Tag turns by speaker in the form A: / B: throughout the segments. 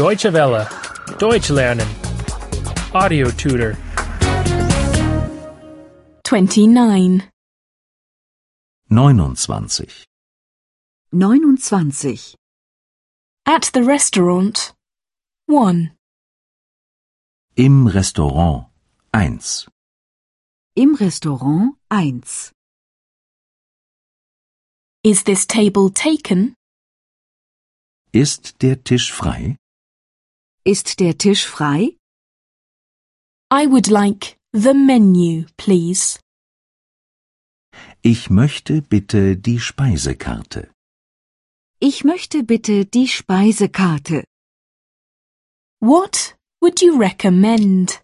A: Deutsche Welle. Deutsch lernen. Audio tutor.
B: 29.
C: 29.
D: 29.
B: At the restaurant. 1.
C: Im Restaurant 1.
D: Im Restaurant 1.
B: Is this table taken?
C: Ist der Tisch frei?
D: Ist der Tisch frei?
B: I would like the menu, please.
C: Ich möchte bitte die Speisekarte.
D: Ich möchte bitte die Speisekarte.
B: What would you recommend?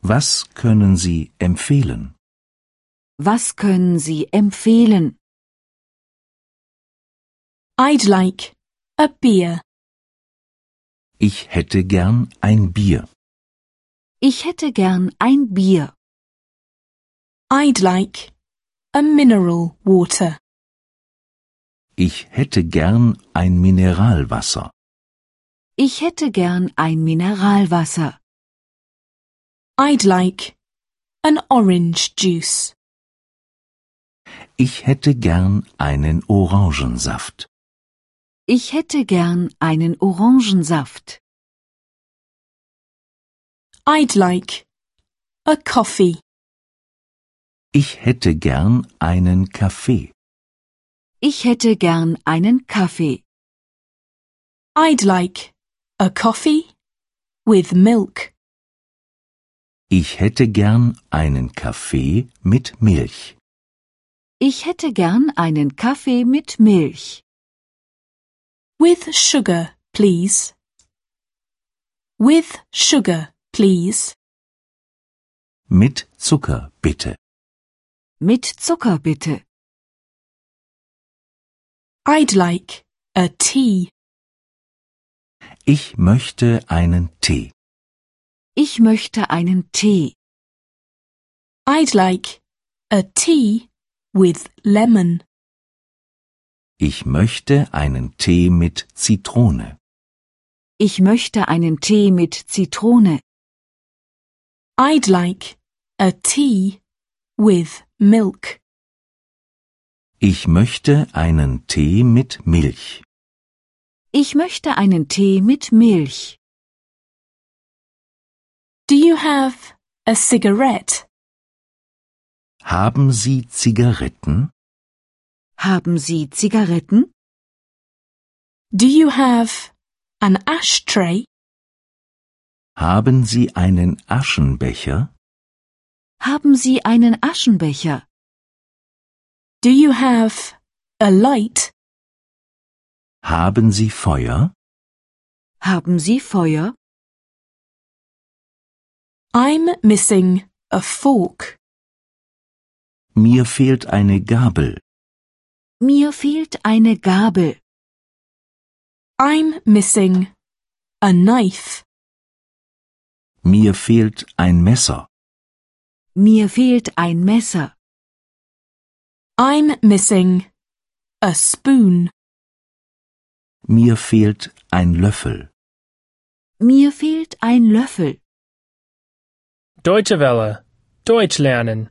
C: Was können Sie empfehlen?
D: Was können Sie empfehlen?
B: I'd like a beer.
C: Ich hätte gern ein Bier.
D: Ich hätte gern ein Bier.
B: I'd like a mineral water.
C: Ich hätte gern ein Mineralwasser.
D: Ich hätte gern ein Mineralwasser.
B: I'd like an orange juice.
C: Ich hätte gern einen Orangensaft.
D: Ich hätte gern einen Orangensaft.
B: I'd like a coffee.
C: Ich hätte gern einen Kaffee.
D: Ich hätte gern einen Kaffee.
B: I'd like a coffee with milk.
C: Ich hätte gern einen Kaffee mit Milch.
D: Ich hätte gern einen Kaffee mit Milch.
B: With sugar, please. With sugar, please.
C: Mit Zucker bitte.
D: Mit Zucker bitte.
B: I'd like a tea.
C: Ich möchte einen Tee.
D: Ich möchte einen Tee.
B: I'd like a tea with lemon.
C: Ich möchte einen Tee mit Zitrone.
D: Ich möchte einen Tee mit Zitrone.
B: I'd like a tea with milk.
C: Ich möchte einen Tee mit Milch.
D: Ich möchte einen Tee mit Milch.
B: Do you have a cigarette?
C: Haben Sie Zigaretten?
D: Haben Sie Zigaretten?
B: Do you have an ashtray?
C: Haben Sie einen Aschenbecher?
D: Haben Sie einen Aschenbecher?
B: Do you have a light?
C: Haben Sie Feuer?
D: Haben Sie Feuer?
B: I'm missing a fork.
C: Mir fehlt eine Gabel.
D: Mir fehlt eine Gabel.
B: I'm missing a knife.
C: Mir fehlt ein Messer.
D: Mir fehlt ein Messer.
B: I'm missing a spoon.
C: Mir fehlt ein Löffel.
D: Mir fehlt ein Löffel.
A: Deutsche Welle. Deutsch lernen.